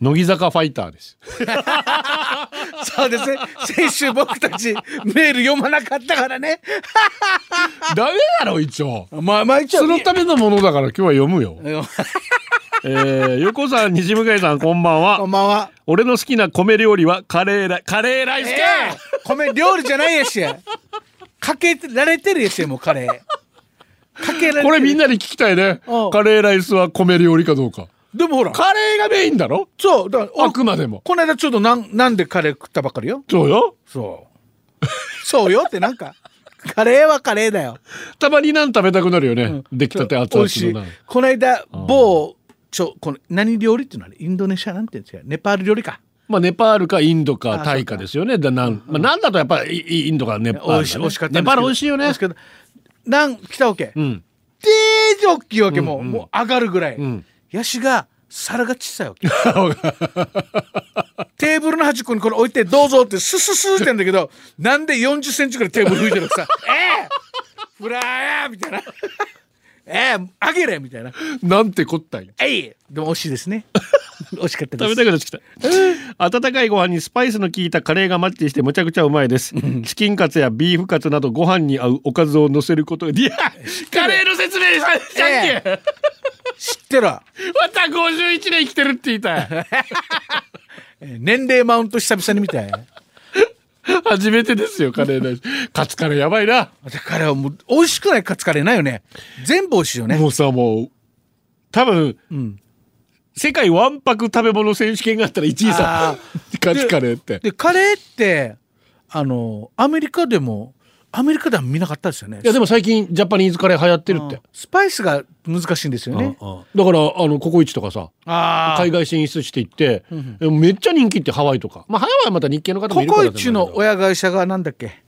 乃木坂ファイターです。そうですね。先週僕たちメール読まなかったからね。ダメだろ、一応。まあ、毎日そのためのものだから今日は読むよ。えー、横さん、西向井さん、こんばんこ は。んばんは。俺の好きな米料理はカレーライ、カレーライスか、米料理じゃないやし。かけられてるやし、もうカレー。かけられてる。これみんなで聞きたいね。うんカレーライスは米料理かどうか。でもほら。カレーがメインだろそう、だからあくまでも。この間ちょっとなん、なんでカレー食ったばっかりよ。そうよ。そう。そうよってなんか。カレーはカレーだよ。たまに何食べたくなるよね。出来たて熱美々味しいのな。この間、某、ちょ、この、何料理っていうのはね、インドネシアなんていうんですか、ネパール料理か。まあ、ネパールかインドあかタイかそうかですよね。だなん、まあ、なんだとやっぱりイインドかネパールだね、美味しい、美味しかったんですけど。ネパール美味しいよ美ね味し。かったなん、来たわけ。うん。でーじょっきわけもう、もう上がるぐらい。んヤシが、皿が小さいわけ。テーブルの端っこにこれ置いて、どうぞって、スススーってやるんだ けど、なんで40センチぐらいテーブル拭いてるからさ、ええフラーやみたいな。ええあげれみたいな。なん てこったい。えいでも美味し いですね。美味しかったで食す。べたくなってきた。温かいご飯にスパイスの効いたカレーがマッチしてむちゃくちゃうまいです。チキンカツやビーフカツなどご飯に合うおかずを乗せることで。いや、 カレーの説明さしたっえけ、知ってるまた51年生きてるって言いたい。年齢マウント久々に見たい。初めてですよ、カレーだし。 カツカレーやばいな。だからもう、美味しくないカツカレーないよね。全部美味しいよね。もうさ、もう、多分、世界わんぱく食べ物選手権があったら1位さあ、カツカレーって。で、カレーって、あの、アメリカでも、アメリカでは見なかったですよね。いや、でも最近ジャパニーズカレー流行ってるって。スパイスが難しいんですよだね。から、あの、ココイチとかさ、あ海外進出していって、めっちゃ人気ってハワイとか。まあ、ハワイはまた日系の方もコいるからコだイとチ思うのけど親会社がなんだっけ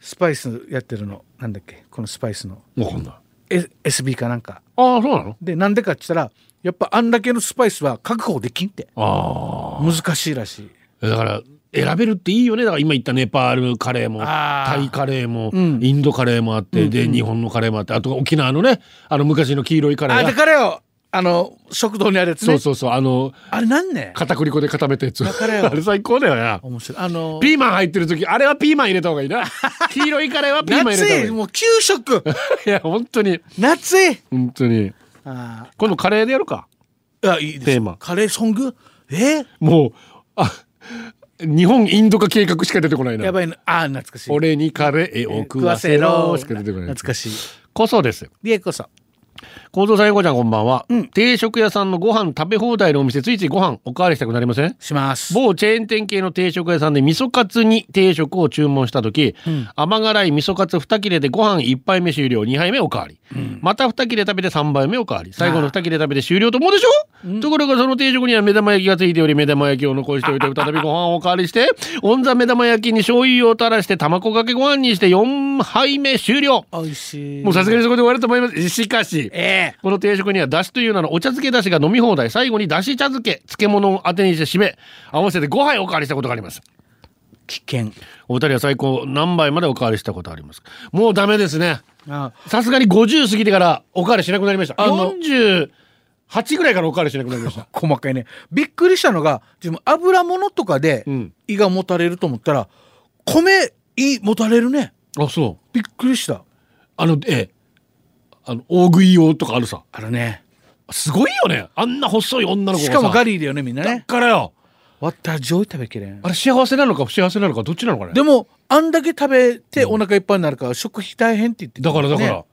スパイスやってるの。なんだっけこのスパイスの。わかんない。 S、SB かなんか。ああ、そうなので、なんでかって言ったら、やっぱあんだけのスパイスは確保できんって。あ難しいらしい。あ。だから、選べるっていいよね。だから今言ったネパールカレーも、あータイカレーも、インドカレーもあって、で、日本のカレーもあって、あと沖縄のね、あの昔の黄色いカレーあ、がだからよ、あの、食堂にあるやつね。そうそうそう、あの、あれなんね片栗粉で固めたやつ。わかるよあれ最高だよな。面白い。あの、ピーマン入ってる時、あれはピーマン入れた方がいいな。黄色いカレーはピーマン入れた夏い、方がいもう給 食。い。いや、本当に、夏い。本当に。あ今度カレーでやるか。ーあ、いいです。テーマカレーソングえーもう、あ、日本インド化計画しか出てこないやな。ばいな。あー、懐かしい。俺にカレーを食わせろしか出てこない懐。かしい。こそです。リエこそ。構造さん、こちゃん、こんばんは、定食屋さんのご飯食べ放題のお店、ついついご飯おかわりしたくなりませんします。某チェーン店系の定食屋さんで味噌カツに定食を注文した時、甘辛い味噌カツ2切れでご飯1杯目終了2杯目おかわり、また2切れ食べて3杯目おかわり最後の2切れ食べて終了と思うでしょ、ところがその定食には目玉焼きがついており目玉焼きを残しておいて再びご飯をおかわりしてオンザ目玉焼きに醤油を垂らして卵かけご飯にして4杯目終了美味しい。もうさすがにそこで終わると思いますしかしええこの定食にはだしという名のお茶漬けだしが飲み放題最後にだし茶漬け漬物を当てにして締め合わせて5杯おかわりしたことがあります危険。お二人は最高何杯までおかわりしたことありますかもうダメですねあさすがに50過ぎてからおかわりしなくなりましたあの48ぐらいからおかわりしなくなりました細かいね。びっくりしたのが、自分油物とかでん胃がもたれると思ったら、米胃もたれるね。 あそうびっくりした。あのええあの大食い用とかあるさあれね。すごいよねあんな細い女の子がさしかもガリリーだよね、みんなだね。からよわった上位食べきれんあ。れ幸せなのか不幸せなのかどっちなのかねでも、あんだけ食べてお腹いっぱいになるから、食費大変って言ってただもかんらねだから、。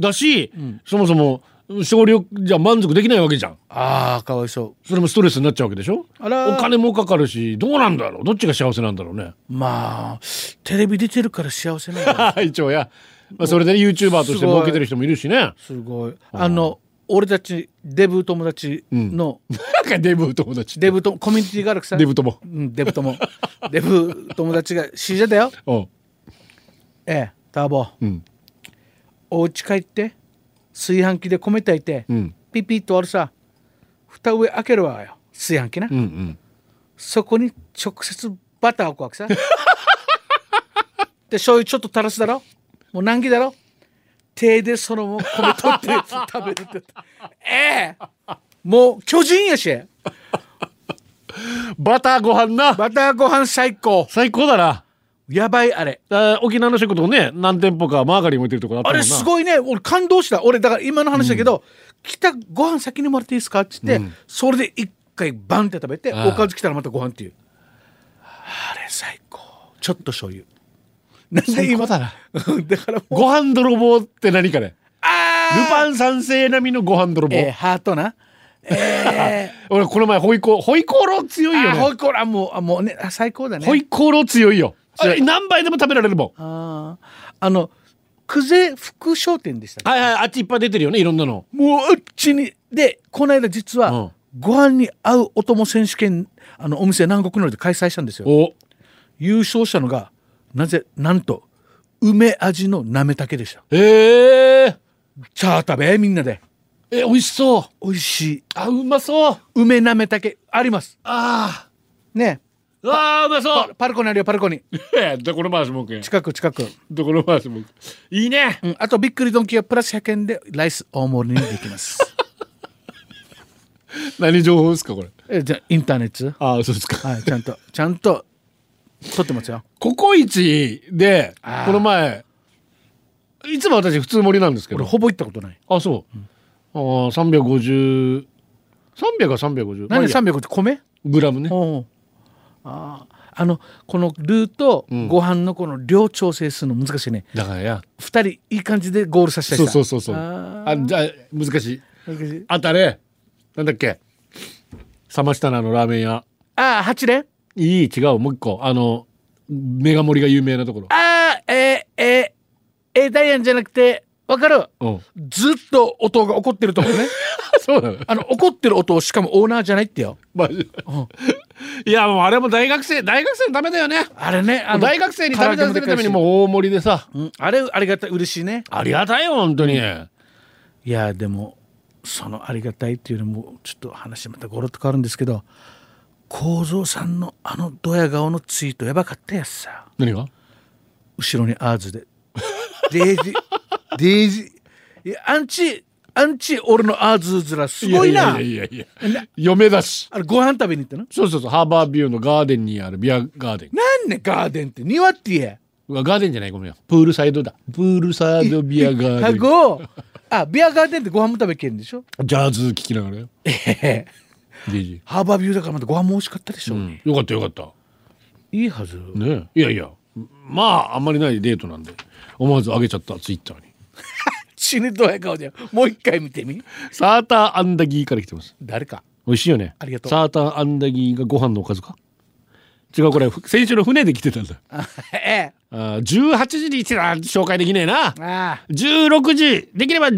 だし、そもそも少量じゃ満足できないわけじゃんああ、かわいそう。それもストレスになっちゃうわけでしょあらお金もかかるしどうなんだろうどっちが幸せなんだろう ねまあ、テレビ出てるから幸せなんだ な。一応や、まあ、それで YouTuber としてすごい儲けてる人もいるしねなすごい。あの、俺たち、デブ友達の、んかデブ友達デブと、コミュニティがあるくさ。デブ友うん、デブ友。 デブ友達が、死者だよ。お ええ、ターボ。うんお家帰って、炊飯器で米炊いて、うんピピッと割るさ、蓋上開けるわよ。炊飯器な。うんうんそこに直接バターを置くわけさ。で、醤油ちょっと垂らすだろ。もう難儀だろ。手でそのまま米取って食べるって。ええもう巨人やし。バターご飯なバターご飯最高最高だなやばいあれあー沖縄の食堂ね何店舗かマーガリン置いてるところあったあもんなれすごいね俺感動した俺だから今の話だけど、来たご飯先にもらっていいですかって言って、それで一回バンって食べてああおかず来たらまたご飯っていうあれ最高ちょっと醤油なんで最高今だな だからもうご飯泥棒って何かねあルパン三世並みのご飯泥棒、えー、ハートなえ俺この前ホイコーホイコーロー強 ー、いよあねほいこらもうあもうねあ最高だねホイコーロー強いよあ強い何杯でも食べられるもんあーあの久世福商店でしたねはいはいあっちいっぱい出てるよねいろんなのもうあっちにでこの間実は、うんご飯に合うお供選手権あのお店南国のりで開催したんですよお優勝したのがなぜなんと梅味のなめたけでしたえー、チャー食べみんなでえ美味しそう美味しいあうまそう梅なめたけありますあねーあーうまそパうパルコにあるよパルコにどこの回し文句や近く近く、どこの回し文句いいねうん、あとびっくりドンキーはプラス100円でライス大盛りにできます 何情報ですかこれえじゃあインターネッああそうですトかはいちゃんとちゃんと撮ってますよココイチであーこの前いつも私普通盛りなんですけ俺どほぼ行ったことないあそう、ああ350300は350何でまあいいや300って米グラムねおうあああのこのルーとご飯のこの量調整するの難しいね、だからや二人いい感じでゴールさせたいそうそうそうそうああじゃあ難しいーあったねなんだっけ冷ましたなあのラーメン屋あー八連いい違うもう一個あのメガ盛りが有名なところあーえー、えー、えー、ダイアンじゃなくてわかるうん ずっと音が怒ってるとこねそうなのあの怒ってる音をしかもオーナーじゃないってよマジでいやもうあれも大学生大学生のためだよねあれねあの大学生に食べさせるためにう、もう大盛りでさうん、あれありがたい嬉しいねありがたいよ本当に、いやでもそのありがたいっていうのもちょっと話またゴロッと変わるんですけど幸三さんのあのドヤ顔のツイートやばかったやつさ何が後ろにアーズ でデイジデイジいやアンチアンチ俺のアーズずらすごいないやいやいやいや嫁だしあれご飯食べに行ったのそうそうそうハーバービューのガーデンにあるビアガーデンなんねガーデンって庭って言えうわガーデンじゃないごめんよプールサイドだプールサイドビアガ かーデごあビアガーデンってご飯も食べけるんでしょンジャズ聞きながらよええ DJ、ハーバービューだからまたご飯も美味しかったでしょ、うん、よかったよかったいいはずねえいやいやまああんまりないデートなんで思わず上げちゃったツイッターに死ぬドヤ顔じゃんもう一回見てみサーターアンダギーから来てます誰か美味しいよねありがとうサーターアンダギーがご飯のおかずか違うこれふ先週の船で来てたんだあ えあー18時に来てた紹介できねえなえああ16時できれば15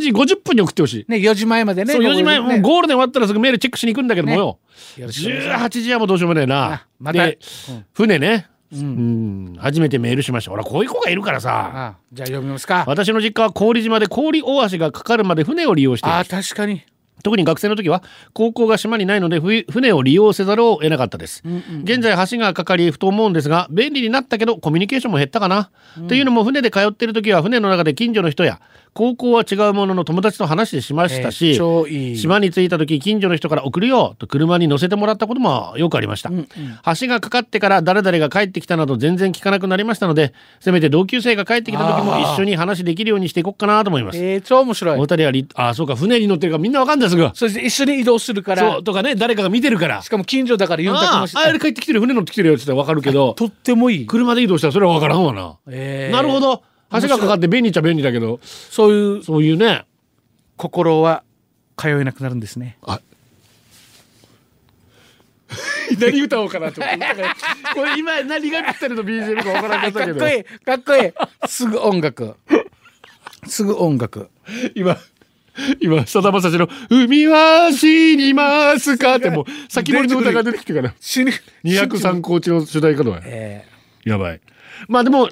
時50分に送ってほしい、ね4時前までねそう4時前、ねもうゴールデン終わったらすぐメールチェックしに行くんだけどもよ、よろしくお願いします18時はもうどうしようもねえなあまたで、うん船ねうん初めてメールしましたほらこういう子がいるからさああじゃあ読みますか私の実家は氷島で氷大橋がかかるまで船を利用していあまあす確かに特に学生の時は高校が島にないのでふ船を利用せざるを得なかったです、現在橋がかかりふと思うんですが便利になったけどコミュニケーションも減ったかな、というのも船で通ってる時は船の中で近所の人や高校は違うものの友達と話しましたし、えー超いい島に着いた時近所の人から送るよと車に乗せてもらったこともよくありました、橋がかかってから誰々が帰ってきたなど全然聞かなくなりましたのでせめて同級生が帰ってきた時も一緒に話できるようにしていこうかなと思います、えー、超面白お二い人はりあそうか船に乗ってるからみんなわかんないすぐそして一緒に移動するからそうとかね誰かが見てるからしかも近所だから言うんだかあもあしれあないれ帰ってきてる船乗ってきてるよって言ったらわかるけどとってもいい、車で移動したらそれはわからんわな、えーなるほど橋がかかって便利っちゃ便利だけどそういうそういうね心は通えなくなるんですねあ 何歌おうかなと思ってこれ今何が来てるの BGM かわからん かあっかたけっどこいいかっこいいすぐ音楽すぐ音楽今今さだまさしの「海は死にますか」ってもう先の歌 が出てきてから死ぬ203高地の主題歌だよえやばいまあでも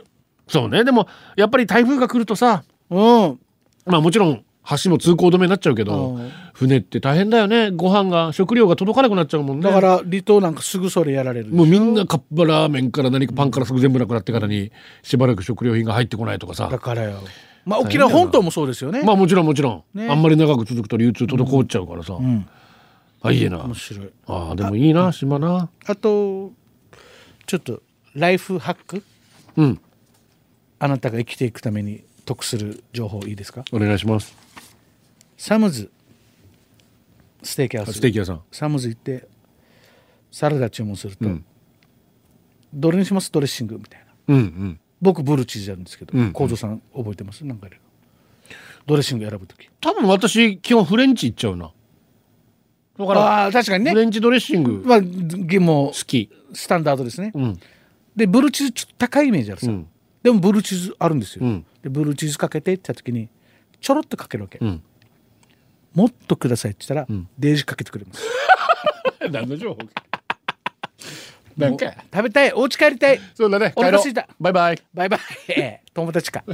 そうねでもやっぱり台風が来るとさー、うんまあもちろん橋も通行止めになっちゃうけど、うん船って大変だよねご飯が食料が届かなくなっちゃうもんねだから離島なんかすぐそれやられるもうみんなカップラーメンから何かパンからすぐ全部なくなってからにしばらく食料品が入ってこないとかさだからよまあ沖縄本島もそうですよね、まあもちろんもちろん、ねあんまり長く続くと流通滞っちゃうからさ、あいいな面白いああでもいいな島なあとちょっとライフハックうんあなたが生きていくために得する情報いいですかお願いしますサムズステーキハウスステーキ屋さんサムズ行ってサラダ注文すると、うんどれにしますドレッシングみたいなうんうん僕ブルーチーズやるんですけどうんうん幸三、さん覚えてますなんかでドレッシング選ぶ時多分私基本フレンチ行っちゃうなだからああー確かにフねレンチドレッシングまあぎも好 きうスタンダードですね、うんでブルーチーズちょっと高いイメージあるさ、うんでもブルーチーズあるんですよ、うんでブルーチーズかけてって言った時にちょろっとかけるわけ、うんもっとくださいって言ったら、んデージかけてくれます何の情報もう食べたいお家帰りたいそうだねお腹すいたバイバイバイバイ ええ友達か